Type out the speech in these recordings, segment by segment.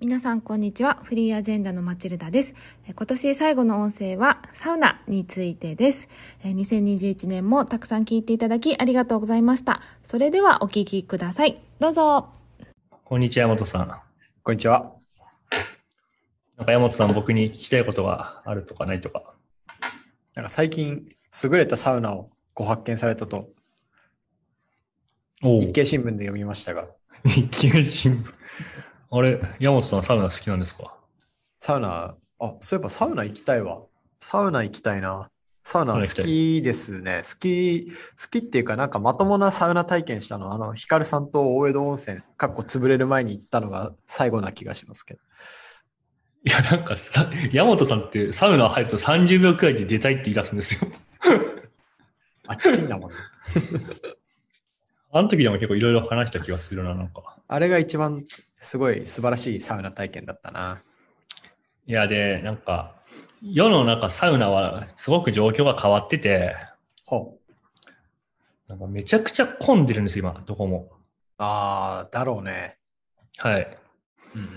皆さんこんにちは。フリーアジェンダのマチルダです。えー今年最後の音声はサウナについてです。えー2021年もたくさん聞いていただきありがとうございました。それではお聞きください。どうぞ。こんにちは、山本さん。こんにちは。なんか山本さん、僕に聞きたいことがあるとかないとか。なんか最近、優れたサウナをご発見されたと、お日経新聞で読みましたが、日経新聞。あれ、山本さん、サウナ好きなんですかサウナ、あ、そういえばサウナ行きたいわ。サウナ行きたいな。サウナサウ好ナ行きたいきですね。好き、好きっていうか、なんかまともなサウナ体験したのは、あの、ヒカルさんと大江戸温泉、かっこ潰れる前に行ったのが最後な気がしますけど。いや、なんかさ、山本さんってサウナ入ると30秒くらいで出たいって言い出すんですよ。あっちんだもん ね。あの時でも結構いろいろ話した気がするな、なんか。あれが一番すごい素晴らしいサウナ体験だったな。いや、で、なんか、世の中サウナはすごく状況が変わってて、ほう。なんかめちゃくちゃ混んでるんですよ、今、どこも。ああ、だろうね。はい。うんうん。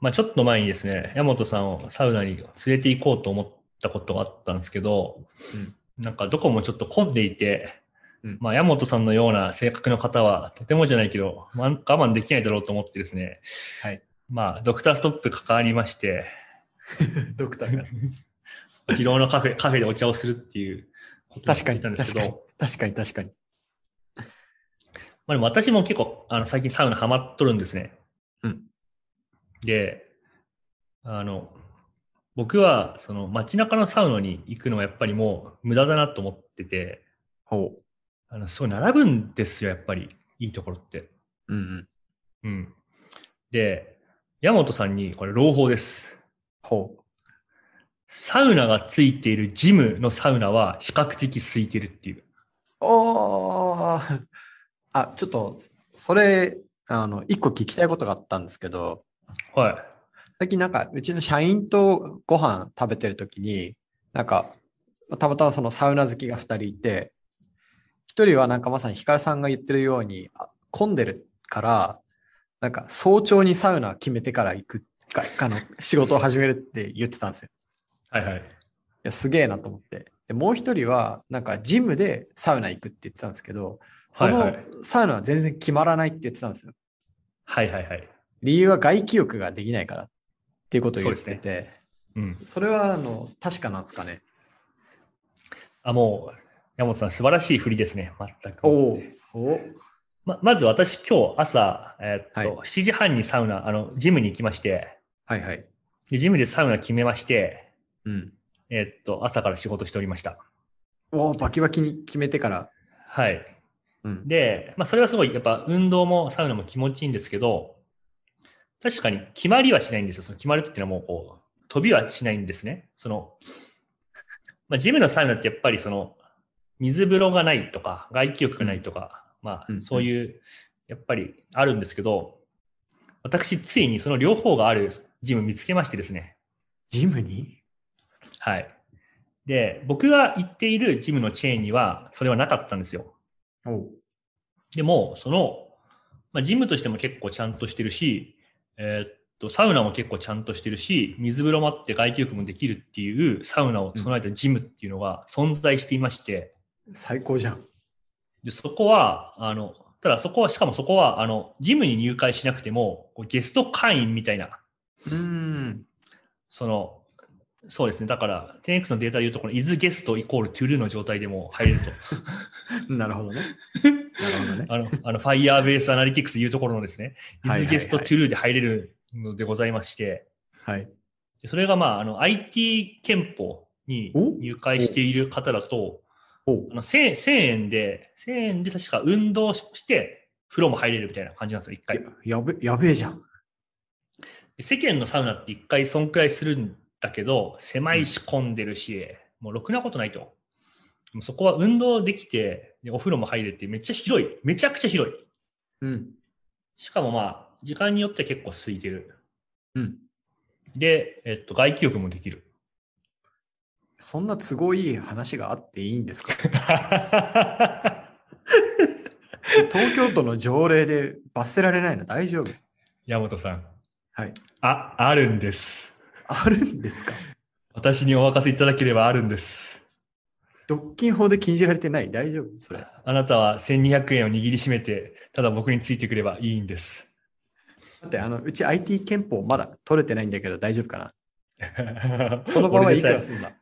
まあ、ちょっと前にですね、山本さんをサウナに連れて行こうと思ったことがあったんですけど、うんなんかどこもちょっと混んでいて、うんまあ、山本さんのような性格の方は、とてもじゃないけど、まあ我慢できないだろうと思ってですね、はいまあ、ドクターストップ関わりまして、ドクタ ーが。疲労のカフェ、カフェでお茶をするっていうことを確聞かに、いたん確でかすけど、に、確かに、確かに。まあ、でも私も結構、あの、最近サウナハマっとるんですね。うん。で、あの、僕は、その、街中のサウナに行くのはやっぱりもう無駄だなと思ってて、ほあの、すごい並ぶんですよ、やっぱり。いいところって。う。うんうん。うん。で、山本さんに、これ、朗報です。ほう。サウナがついているジムのサウナは比較的空いてるっていう。おーあ、ちょっと、それ、あの、一個聞きたいことがあったんですけど、はい。最近なんか、うちの社員とご飯食べてるときに、なんか、たまたまそのサウナ好きが二人いて、一人はなんかまさにヒカルさんが言ってるように、あ混んでるから、なんか早朝にサウナ決めてから行くか、あの、仕事を始めるって言ってたんですよはいはい。いや、すげえなと思って。で、もう一人は、なんか、ジムでサウナ行くって言ってたんですけど、そはいはのいサウナは全然決まらないって言ってたんですよ。はいはいはい。理由は外気浴ができないからっていうことを言っそうてですて、うん。それは、あの、確かなんですかね。あ、もう、山本さん、素晴らしい振りですね。全く。おーおままず私今日朝、えーっと、は7時半にサウナ、あの、ジムに行きまして、はいはい。で、ジムでサウナ決めまして、うん。えーっと、朝から仕事しておりました。おおバキバキに決めてから。はい。うん。で、まあ、それはすごい、やっぱ運動もサウナも気持ちいいんですけど、確かに決まりはしないんですよ。その決まるっていうのはもうこう、飛びはしないんですね。その、まあ、ジムのサウナってやっぱりその、水風呂がないとか、外気浴がないとか、まうんうあ、んそういう、やっぱりあるんですけど、私、ついにその両方があるジム見つけましてですね。ジムにはい。で、僕が行っているジムのチェーンには、それはなかったんですよ。おうでも、その、まあ、ジムとしても結構ちゃんとしてるし、えーっと、サウナも結構ちゃんとしてるし、水風呂もあって外気浴もできるっていうサウナを備えたジムっていうのが存在していまして、最高じゃん。で、そこは、あの、ただそこは、しかもそこは、あの、ジムに入会しなくても、こうゲスト会員みたいな、うーん。その、そうですね。だから、10X のデータで言うと、この is ゲストイコール to do の状態でも入れる と。なるほどね。なるほどね。あの、あの、ファイヤーベースアナリティクスいうところのですね、はいはい is はいゲスト to do で入れるのでございまして、はい。でそれがまあ、あの、IT 憲法にお入会している方だと、おうあの、1000 1000円で、1000円で確か運動して、風呂も入れるみたいな感じなんですよ、一回。ややべ、やべえじゃん。で世間のサウナって一回そんくらいするんだけど、狭いし混んでるし、もうろくなことないと。でもそこは運動できて、でお風呂も入れて、めっちゃ広い。めちゃくちゃ広い。うん。しかもまあ、時間によっては結構空いてる。うん。で、えっと、外気浴もできる。そんな都合いい話があっていいんですか東京都の条例で罰せられないの大丈夫山本さん。はい。あ、あるんです。あるんですか私にお任せいただければあるんです。ドッキン法で禁じられてない大丈夫それ。あなたは1200円を握りしめて、ただ僕についてくればいいんです。だって、あの、うち IT 憲法まだ取れてないんだけど大丈夫かなそそ の場はいくらすんだ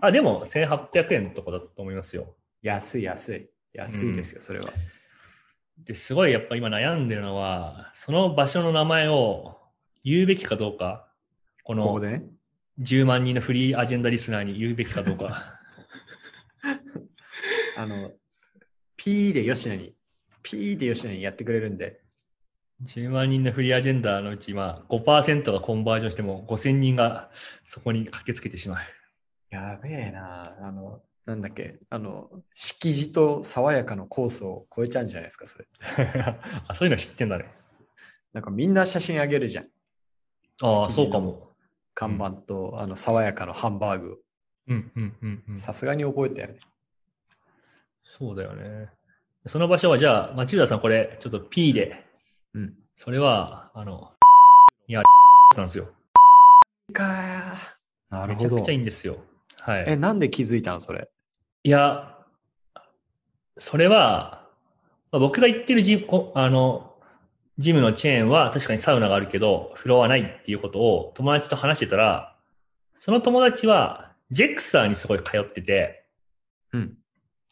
あ、でも1800円とかだと思いますよ。安い安い。安いですよ、それは。で、すごいやっぱ今悩んでるのは、その場所の名前を言うべきかどうか、こここのでね。 10万人のフリーアジェンダリスナーに言うべきかどう か。あの、P で吉野に、P で吉野にやってくれるんで、 10万人のフリーアジェンダーのうち、まあ5%がコンバージョンしても5000人がそこに駆けつけてしまう。やべえな。あの、なんだっけ、あの、敷地と爽やかのコースを超えちゃうんじゃないですか、それ。 あ、そういうの知ってんだね。なんかみんな写真あげるじゃん。ああ、好そきうかだなも。看板と、あの、爽やかのハンバーグうんうんうんうを。ん。さすがに覚えたよね。そうだよね。その場所は、じゃあ、マチルダさん、これ、ちょっと P で、うん。それは、あの、いや、なんですよ。かー。なるめちほゃくどちゃ。いいんですよ。はえ、い。なんで気づいたの、それ。いや、それは、まあ僕が行ってるジム、おあの、ジムのチェーンは確かにサウナがあるけど、フロアはないっていうことを友達と話してたら、その友達は、ジェクサーにすごい通ってて、うん。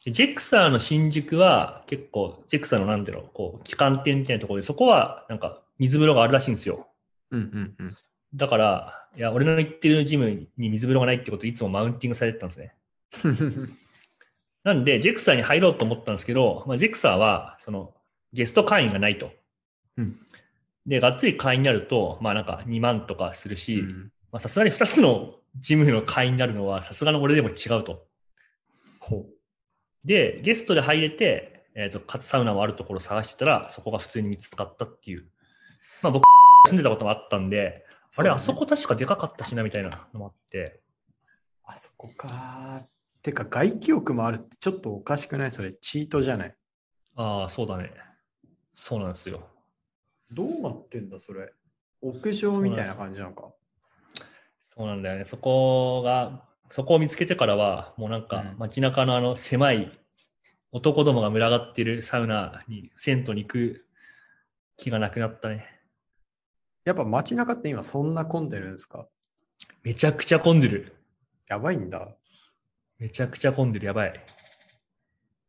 でジェクサーの新宿は結構、ジェクサーのなんだろう、こう、機関店みたいなところで、そこはなんか水風呂があるらしいんですよ。うんうんうん。だから、いや、俺の行ってるジムに水風呂がないってこといつもマウンティングされてたんですね。 なんで、ジェクサーに入ろうと思ったんですけど、まあ、ジェクサーは、その、ゲスト会員がないと。うんで、がっつり会員になると、まあなんか2万とかするし、まあさすがに2つのジムの会員になるのはさすがの俺でも違うと。ほで、ゲストで入れて、えっ、と、かつサウナもあるところを探してたら、そこが普通に見つかったっていう。ま あ僕、住んでたこともあったんで、あうれ、だねあそこ確かでかかったしな、みたいなのもあって。あそこかー。てか、外記憶もあるってちょっとおかしくないそれ、チートじゃない。ああ、そうだね。そうなんですよ。どうなってんだ、それ。屋上みたいな感じなのか。そうなんだよね。そこが、そこを見つけてからは、もうなんうかん街中のあの狭い男どもが群がってるサウナに、銭湯に行く気がなくなったね。やっぱ街中って今そんな混んでるんですかめちゃくちゃ混んでる。やばいんだ。めちゃくちゃ混んでる。やばい。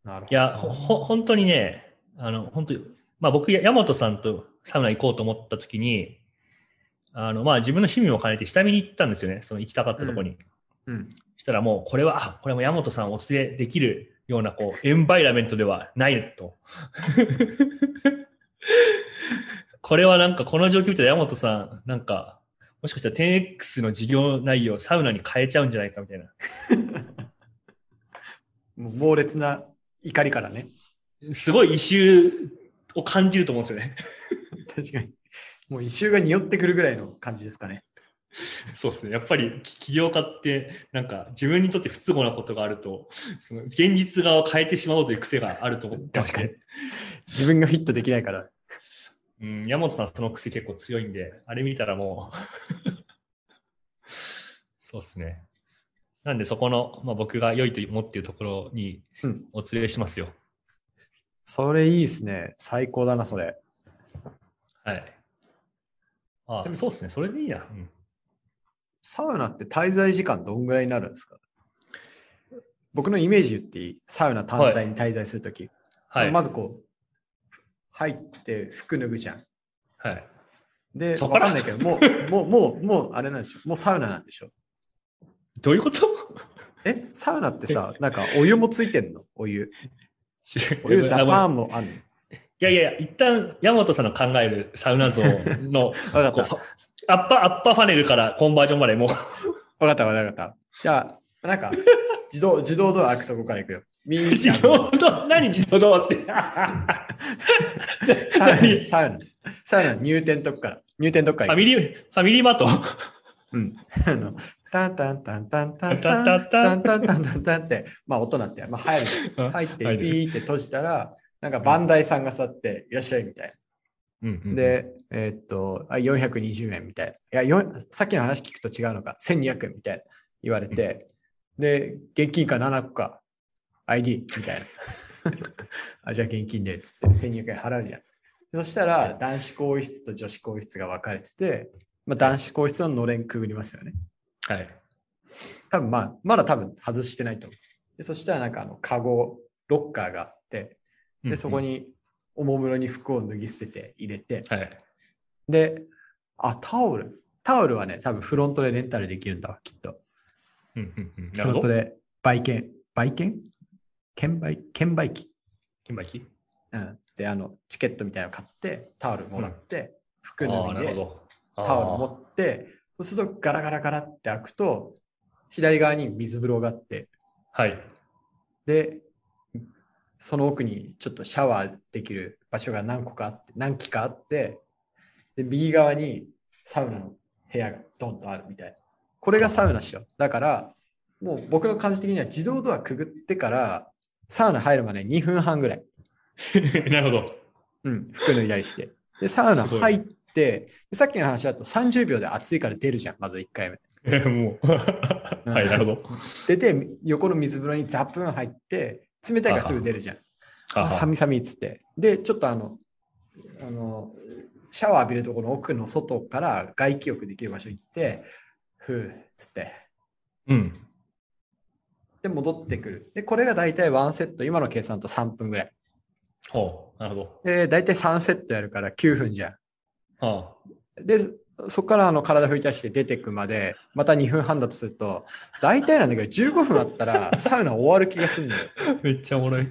なるほど。いや、ほ、ほ、本当にね、あの、本当に、まあ僕、や山本さんとサウナ行こうと思った時に、あの、まあ自分の趣味も兼ねて下見に行ったんですよね、その行きたかったとこに。うん。したらもう、これは、あ、これも山本さんをお連れできるような、こう、エンバイラメントではないと。 これはなんか、この状況見たら山本さん、なんか、もしかしたら 10X の事業内容、サウナに変えちゃうんじゃないかみたいな。もう猛烈な怒りからね。すごい異臭を感じると思うんですよね。確かに。もう一周が匂ってくるぐらいの感じですかね。 そうですね。やっぱりき起業家って、なんか自分にとって不都合なことがあると、 その現実側を変えてしまおうという癖があると思ってまして確か自分がフィットできないから。うん、山本さんその癖結構強いんで、あれ見たらもう、 そうですね。なんでそこの、まあ、僕が良いと思っているところにうんお連れしますよ。それいいですね。最高だな、それ。はい。あちなみにそうですね。それでいいな。うんサウナって滞在時間どんぐらいになるんですか僕のイメージ言っていいサウナ単体に滞在するとき。はい。まずこう、入って服脱ぐじゃん。はい。で、そわこらかんないけど、もう、もう、もう、もう、あれなんでしょもうサウナなんでしょどういうこと え、サウナってさ、なんかお湯もついてんのお湯。おい湯ザパーやンもあんの。いやいや、一旦山本さんの考えるサウナ像のわかこった。うアッパー、アッパーファネルからコンバージョンまでもう、わかった、わかったわかった。じゃあ、なんか、自動、自動ドア開くとこから行くよ。みんな、自動ドア、 何自動ドアって。サウナ、サウナ、サウナ入店とこから、入店とこかファら行く。ミリー、ファミリーマート。うん。あの、タンタンタンタンタンタンタンタンタンタンタンタンって、まあ音なって、まあ 入るじゃん。入って、ピーって閉じたら、なんかバンダイさんが座って、いらっしゃいみたいな。うんうん、で、えーっと、あ420円みたいな。いや、よさっきの話聞くと違うのか、1200円みたいな言われて、で、現金か7個か、ID み たいな。あ、じゃあ現金で、つって1200円払うじゃん。そしたら、男子更衣室と女子更衣室が分かれてて、まあ、男子更衣室ののれんくぐりますよね。はい。多分まあ、まだ多分外してないと思う。でそしたらなんかあの、カゴ、ロッカーがあって、うんうで、んそこ。におもむろに服を脱ぎ捨てて入れて、はい。で、あ、タオル。タオルはね、多分フロントでレンタルできるんだわ、きっと。うんうんうん。なフるロンほトど。で売券、売券券売、券売機。券売機うん。で、あの、チケットみたいなの買って、タオルもらって、服ああ、脱ないるでほ、ど。タオル持も。って、そうするとガラガラガラって開くと、左側に水風呂があって、はい。 で、その奥にちょっとシャワーできる場所が何個かあって、何機かあって、で、右側にサウナの部屋がドンとあるみたいな。これがサウナっしよ。だから、もう僕の感じ的には自動ドアくぐってから、サウナ入るまで2分半ぐらい。なるほど。うん、服脱いだりして。で、サウナすごい入って、でさっきの話だと30秒で暑いから出るじゃん、まず1回目。 もう。はい、なるほど。出て、横の水風呂にザップン入って、冷たいからすぐ出るじゃん。ははあ寒い寒いっつって。で、ちょっとあの、あの、シャワー浴びるところの奥の外から外気浴できる場所行って、ふうっつって。うん。で、戻ってくる。で、これが大体1セット、今の計算だと3分ぐらい。ほう。なるほで、大体3セットやるから9分じゃど。はあ。ん。で、そこからあの体拭いたして出てくまで、また2分半だとすると、大体なんだけど15分あったらサウナ終わる気がするんだよ。めっちゃおもろい。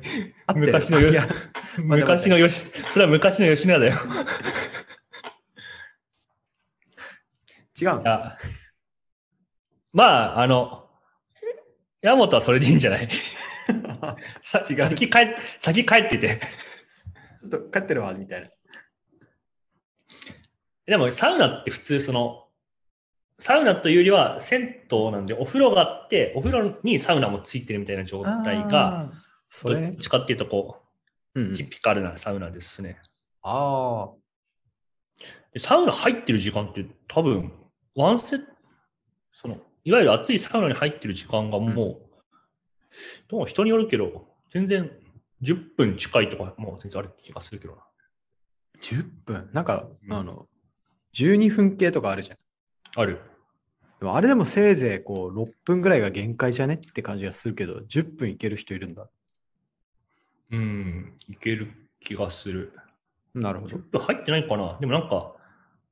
合ってる 昔のよいや待って 昔の吉、それは昔の吉永だよ。違うのあまあ、あの、山本はそれでいいんじゃないさ違う先帰先帰ってて。ちょっと帰ってるわ、み たいな。でもサウナって普通その、サウナというよりは銭湯なんでお風呂があって、お風呂にサウナもついてるみたいな状態が、あー、そどれっね。ちかっていうとこうんうう、んティピカルなサウナですね。ああ。でサウナ入ってる時間って多分、ワンセット、その、いわゆる熱いサウナに入ってる時間がもう、どうも人によるけど、全然10分近いとか、もう全然ある気がするけどな。 10分なんか、うんあの、12分系とかあるじゃん。ある。でもあれでもせいぜいこう6分ぐらいが限界じゃねって感じがするけど、10分いける人いるんだ。うん、いける気がする。なるほど10。分入ってないかなでもなんか、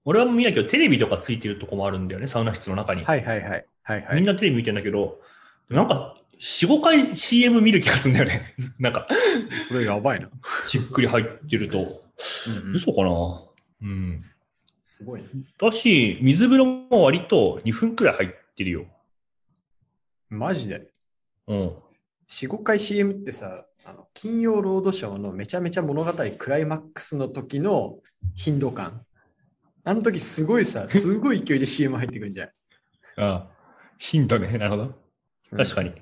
俺は見ないけど、テレビとかついてるとこもあるんだよね、サウナ室の中に。はいはいはい。はいはみんい。なテレビ見てんだけど、でもなんか、4、5回 CM 見る気がするんだよね。 ずなんか、それやばいな。じっくり入ってると。うんうん嘘かなうん。 すごいね。だし、水風呂も割と2分くらい入ってるよ。マジで。うん。 4、5回 CM ってさ、あの金曜ロードショーのめちゃめちゃ物語クライマックスの時の頻度感。あの時すごい さ、すごい勢いで CM 入ってくるんじゃん。ああヒントね。なるほど。確かに。に。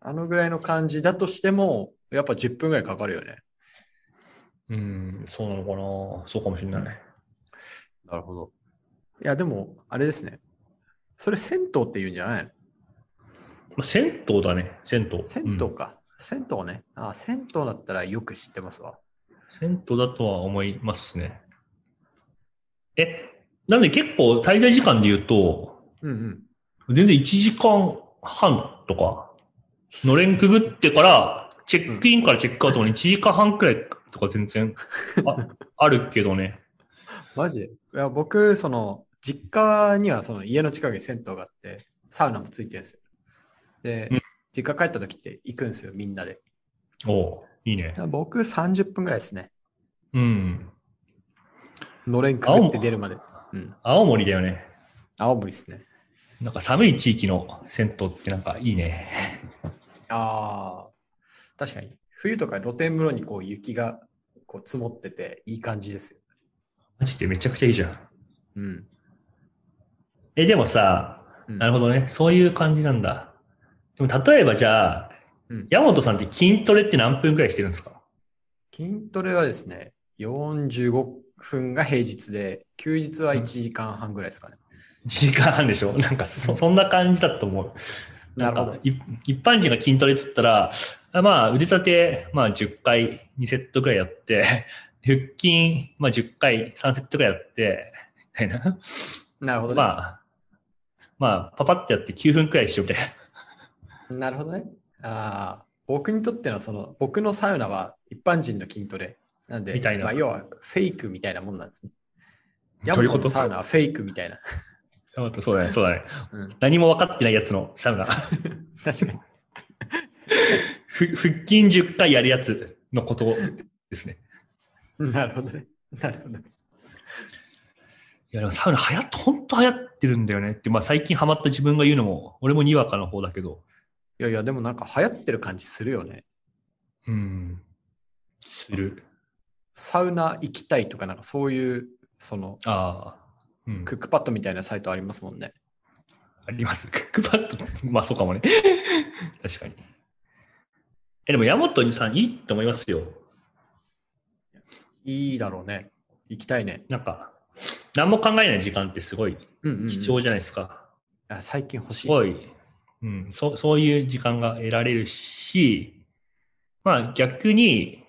あのぐらいの感じだとしても、やっぱ10分ぐらいかかるよね。うん、そうなのかなそうかもしれない。なるほど。いや、でも、あれですね。それ、銭湯って言うんじゃないのまあ、銭湯だね。銭湯。銭う湯んか。銭湯ね。あ銭湯だったらよく知ってますわ。銭湯だとは思いますね。え、なんで結構滞在時間で言うと、うんうん。全然1時間半とか、のれんくぐってから、チェックインからチェックアウトまで1時間半くらいとか全然 ああるけどね。マジでいや、僕、その、実家にはその家の近くに銭湯があって、サウナもついてるんですよ。で、うん実家帰った時って行くんですよ、みんなで。おういいねだ。から僕、30分ぐらいですね。うん。のれんくぐって出るまで。うん。青森だよね。青森ですね。なんか寒い地域の銭湯ってなんかいいね。ああ、確かに。冬とか露天風呂にこう雪がこう積もってていい感じですよ。マジでめちゃくちゃいいじゃん。うん。え、でもさ、なるほどね。そういう感じなんだ。でも例えばじゃあ、うん山本さんって筋トレって何分くらいしてるんですか筋トレはですね、45分が平日で、休日は1時間半ぐらいですかね。 1時間半でしょなんかそ、そんな感じだと思う。なんなるかほど、い一般人が筋トレっつったら、あまあ、腕立て、まあ、10回2セットくらいやって、腹筋、まあ、10回3セットくらいやって、みたいな。なるほどね。まあ、まあ、パパってやって9分くらいしようみたいな。 なるほどね。ああ、僕にとってのその、僕のサウナは一般人の筋トレ。なんで、みたいなまあ、要はフェイクみたいなもんなんですね。どういうことヤンマのサウナはフェイクみたいな。あそうだね、そうだね。うん、何も分かってないやつのサウナ。確かに。ふ腹筋10回やるやつのことですね。なるほどね。なるほど。いや、でもサウナ流行っ、本当流行ってるんだよねって、まあ最近ハマった自分が言うのも、俺もにわかの方だけど、いやいや、でもなんか流行ってる感じするよね。うん。する。サウナ行きたいとか、なんかそういう、その、ああ。うん。クックパッドみたいなサイトありますもんね。あります。クックパッ ド。まあそうかもね。確かに。え、でも山本さんいいと思いますよ。いいだろうね。行きたいね。なんか、何も考えない時間ってすごいうんうん、うん。貴重じゃないですか。あ最近欲しすい。ごい、うん、そそういう時間が得られるし、まあ逆に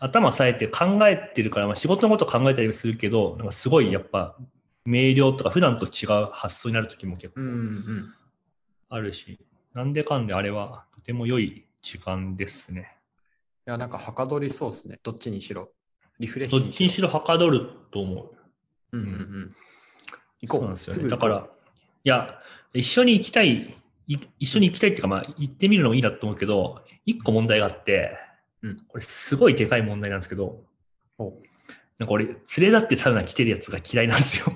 頭冴えて考えてるから、まあ、仕事のこと考えたりもするけど、なんかすごいやっぱ明瞭とか普段と違う発想になる時も結うんう構ん。あるし、なんでかんであれはとても良い時間ですね。いや、なんかはかどりそうですね。どっちにしろ。リフレッシどュっちにしろ。ろはかどると思う。うんうんうん。行こそう。うなんですすよね。ぐ行だこかうら、いや、一緒に行きたい、い一緒に行きたいっていうか、まあ、行ってみるのもいいなと思うけど、一個問題があって、うんこれすごいでかい問題なんですけど、おなんか俺、連れ立ってサウナ来てるやつが嫌いなんですよ。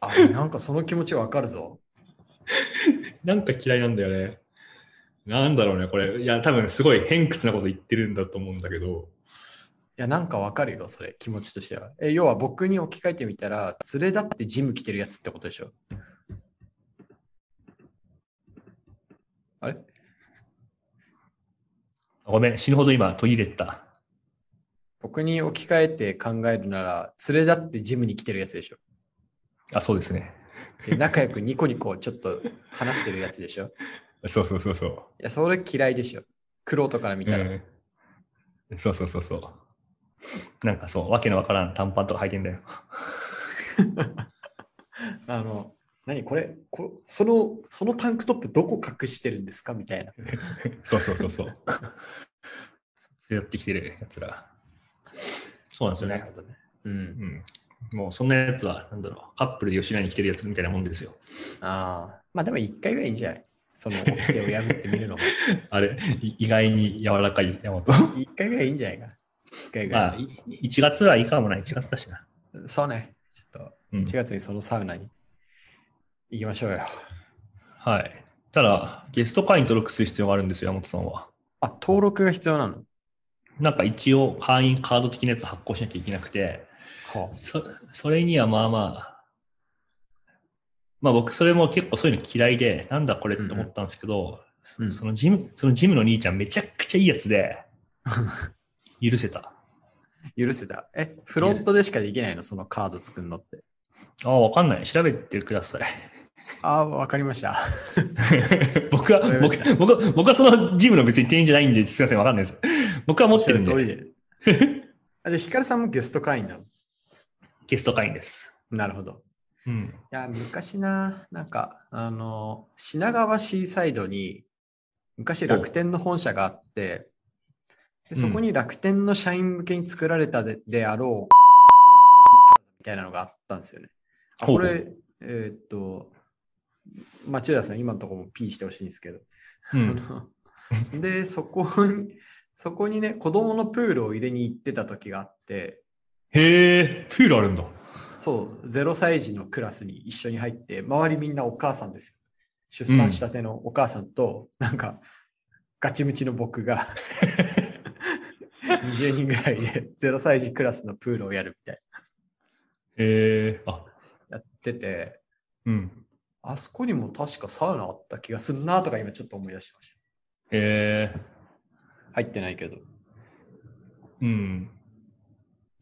あ、なんかその気持ちわかるぞ。 なんか嫌いなんだよね。なんだろうね、これ。いや、多分すごい偏屈なこと言ってるんだと思うんだけど、いや、なんかわかるよ、それ、気持ちとしては。え、要は僕に置き換えてみたら、連れだってジム来てるやつってことでしょ。あれごめん、死ぬほど今途切れてた。僕に置き換えて考えるなら、連れだってジムに来てるやつでしょ。あ、そうですね。で仲良くニコニコちょっと話してるやつでしょ。いそうそうそうそう。や、それ嫌いでしょ。クローから見たら。うん、そうそうそうそう。なんかそう、わけのわからん短パンとか履いてんだよ。あの、何これこその、そのタンクトップどこ隠してるんですかみたいな。そうそうそうそう。連れ寄ってきてるやつら。そうなんですよなるねほ。どね。うん。うん。もうそんなやつは、なんだろう、カップルで吉野家に来てるやつみたいなもんですよ。ああ。まあでも一回ぐらいいいんじゃないその掟を破ってみるのも。あれ、い意外に柔らかい山本。一回ぐらいいいんじゃないか。一回ぐらい。まあ、い1月はいいかもな、1月だしな。そうね。ちょっと、うん1月にそのサウナに行きましょうよ。はい。ただ、ゲスト会員登録する必要があるんですよ、山本さんは。あ、登録が必要なの。なんか一応、会員カード的なやつ発行しなきゃいけなくて、はそそれにはまあまあ、まあ僕それも結構そういうの嫌いで、なんだこれって思ったんですけど、うんうんそそのジム、そのジムの兄ちゃんめちゃくちゃいいやつ で、許せた。あ、許せた。え、フロントでしかできないのそのカード作るのって。ああ、わかんない。調べてくだ さい。ああ、わかりました。僕はわかりました僕、僕は、僕はそのジムの別に店員じゃないんで、すいません、わかんないです。僕は持ってるんおっしゃで、る通りで。 あじゃあ、ヒカルさんもゲスト会員なの。ゲスト会員です。なるほど。うん。いや、昔な、なんか、あの、品川シーサイドに、昔楽天の本社があって、でそこに楽天の社員向けに作られたでであろう、みたいなのがあったんですよね。あほうこれ、えーっと、町田さん、今のところも P してほしいんですけど、うあん。の で、そこに、そこにね、子供のプールを入れに行ってた時があって、へえ、プールあるんだ。そう、0歳児のクラスに一緒に入って、周りみんなお母さんですよ。出産したてのお母さんと、なんか、ガチムチの僕が、20人ぐらいで0歳児クラスのプールをやるみたいへえ、あ、な、やってて、うん。あそこにも確かサウナあった気がするなとか今ちょっと思い出してましへえ、た。入ってないけど。うん。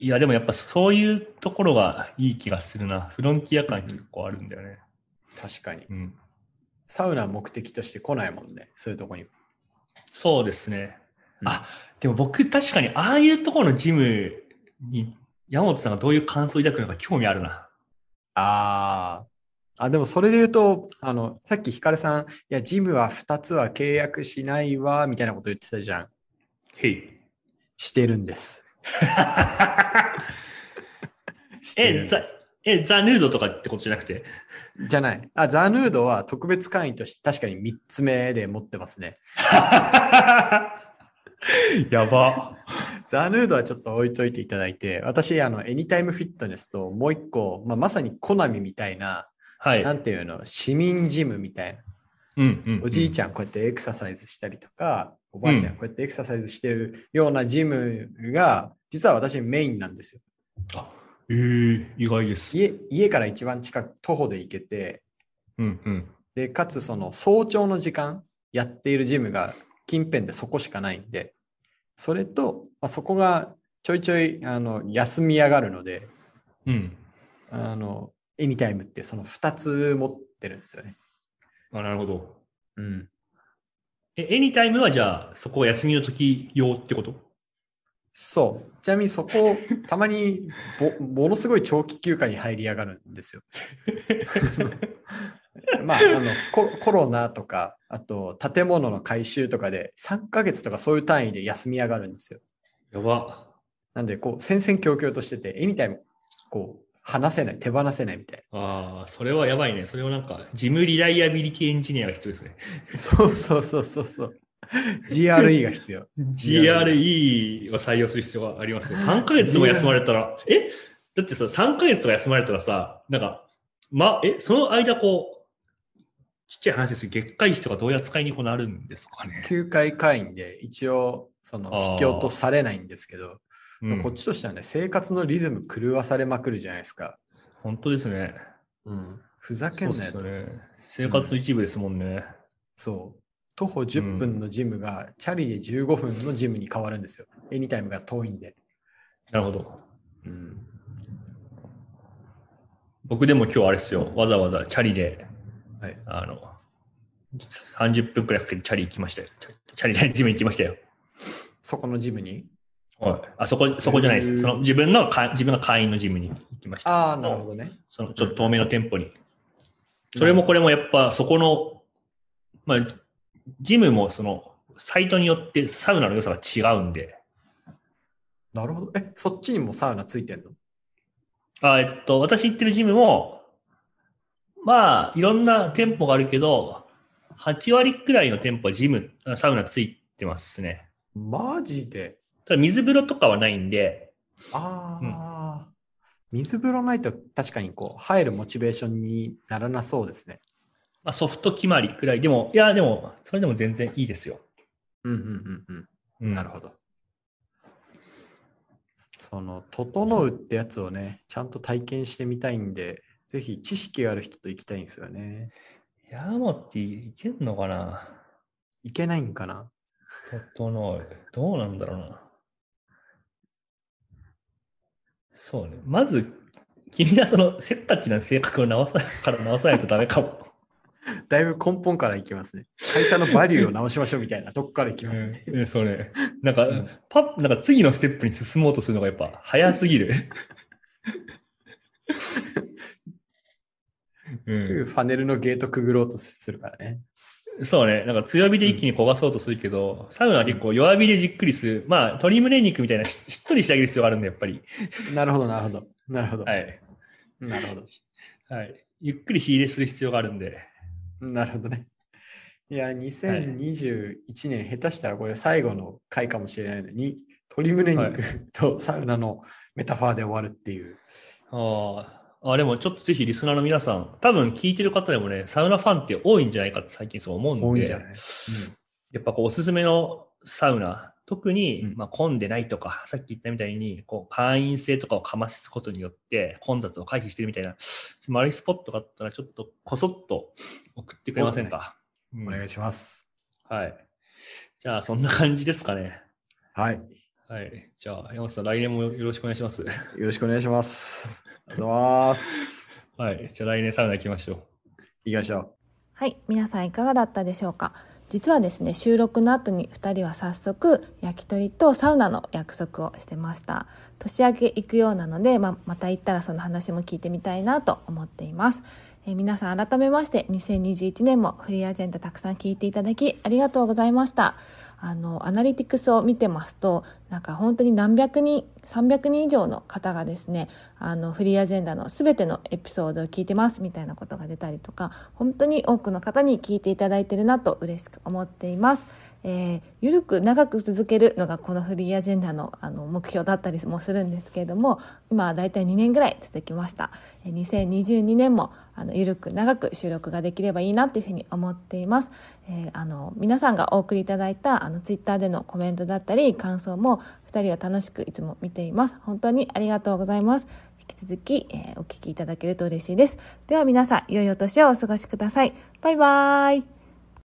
いや、でもやっぱそういうところがいい気がするな。フロンティア感結構あるんだよね。確かに。うん。サウナ目的として来ないもんね。そういうとこに。そうですね。うんあ、でも僕確かにああいうところのジムに山本さんがどういう感想を抱くのか興味あるな。ああ。あ、でもそれで言うと、あの、さっきヒカルさん、いや、ジムは2つは契約しないわ、みたいなこと言ってたじゃん。へい。してるんです。してるえ、んザです。、え、ザヌードとかってことじゃなく て。じゃない。あ、ザヌードは特別会員として確かに3つ目で持ってますね。やば。ザヌードはちょっと置いといていただいて、私、あの、エニタイムフィットネスともう一個、まあ、まさにコナミみたいな、はい。なんていうの、市民ジムみたいな。うんうん、おじいゃちゃんこうやってエクササイズしたりとか、おばあちゃんうんこうやってエクササイズしてるようなジムが、実は私メインなんですよ。ん。えー、意外です。家家から一番近く、徒歩で行けて、うんうん。で、かつその早朝の時間やっているジムが近辺でそこしかないんで、それと、まあ、そこがちょいちょいあの休み上がるので、うん。あの、エニタイムってその2つ持ってるんですよね。あ、なるほど。うん。え、エニタイムはじゃあ、そこは休みの時用ってことそう。ちなみにそこ、たまにぼ、ものすごい長期休暇に入りやがるんですよ。 まあ、あのコ、コロナとか、あと、建物の改修とかで、3ヶ月とかそういう単位で休みやがるんですよ。やば。なんで、こう、戦々恐々としてて、エニタイム、こう、話せない、手放せないみたいああ、それはやばいね。それをなんか、ジムリライアビリティエンジニアが必要ですね。な。 そうそうそうそうそう。GRE が必要。 GRE を採用する必要がありますね。3ヶ月も休まれたら、えだってさ、3ヶ月とか休まれたらさ、なんか、ま、え、その間こう、ちっちゃい話ですけど、月会費とかどういう扱いにこうなるんですかね。休会会員で、一応、その、あー引き落とされないんですけど、うんこっちとしてはね、生活のリズム狂わされまくるじゃないですか。本当ですね。ふざけそうんでなよすと。よね。生活の一部ですもんね。そう。徒歩10分のジムが、チャリで15分のジムに変わるんですよ。エニタイムが遠いんで。なるほど。うん。僕でも今日あれですよ。わざわざチャリで、はいあの、30分くらいかけてチャリ行きましたよ。チャチャリでジム行きましたよ。そこのジムにはい。あ、そこ、そこじゃないでへす。ーその自分の会、自分の会員のジムに行きました。ああ、なるほどね。そのちょっと遠めの店舗に。それもこれもやっぱそこの、まあ、ジムもその、サイトによってサウナの良さが違うんで。なるほど。え、そっちにもサウナついてんのあ、えっと、私行ってるジムも、まあ、いろんな店舗があるけど、8割くらいの店舗はジム、あサウナついてますね。マジでただ水風呂とかはないんで、ああ、水風呂ないと確かにこう、入るモチベーションにならなそうですね。まあ、ソフト決まりくらい。でも、いや、でも、それでも全然いいですよ。うんうんうんうん。うん、なるほど。その、整うってやつをね、ちゃんと体験してみたいんで、ぜひ知識がある人と行きたいんですよね。ヤモティいけんのかないけないんかな整う。どうなんだろうな。そうね。まず、君はその、せっかちな性格を直さ、から直さないとダメかも。だいぶ根本から行きますね。会社のバリューを直しましょうみたいなとこから行きますね。うん、そうね。なんか、うんパッ、なんか次のステップに進もうとするのがやっぱ早すぎ る。うんすぐファネルのゲートくぐろうとするからね。そうね。なんか強火で一気に焦がそうとするけど、サウナは結構弱火でじっくりする。まあ、鶏胸肉みたいなししっとりしてあげる必要があるんで、やっぱり。なるほど、なるほど。なるほど。はい。なるほど。はい。ゆっくり火入れする必要があるんで。 なるほどね。いや、2021年、下手したらこれ最後の回かもしれないのに、鶏胸はい肉 とサウナのメタファーで終わるっていう。ああ。あ、でもちょっとぜひリスナーの皆さん、多分聞いてる方でもね、サウナファンって多いんじゃないかって最近そう思うんで。多いんじゃない、やっぱこうおすすめのサウナ、特に、うんまあ、混んでないとか、さっき言ったみたいに、こう会員制とかをかますことによって混雑を回避してるみたいな、マリスポットがあったらちょっとこそっと送ってくれませんか、お願いします。うんはい。じゃあそんな感じですかね。はい。はい。じゃあ、山本さん、来年もよろしくお願いします。よろしくお願いします。ありがとうござい ます。はい。じゃあ、来年サウナ行きましょう。行きましょう。はい、皆さんいかがだったでしょうか。実はですね、収録の後に2人は早速焼き鳥とサウナの約束をしてました。年明け行くようなので、まあ、また行ったらその話も聞いてみたいなと思っています。えー皆さん改めまして2021年もフリーアジェンダたくさん聞いていただきありがとうございました。あの、アナリティクスを見てますと、なんか本当に何百人、300人以上の方がですね、あの、フリーアジェンダのすべてのエピソードを聞いてますみたいなことが出たりとか、本当に多くの方に聞いていただいてるなと嬉しく思っています。えー、ゆるく長く続けるのがこのフリーアジェンダのあの目標だったりもするんですけれども今はだいたい2年ぐらい続きましたえー2022年もあのゆるく長く収録ができればいいなというふうに思っています、えーあの皆さんがお送りいただいたあのツイッターでのコメントだったり感想も2人は楽しくいつも見ています本当にありがとうございます引き続き、えーお聞きいただけると嬉しいですでは皆さん良いお年をお過ごしくださいバイバイ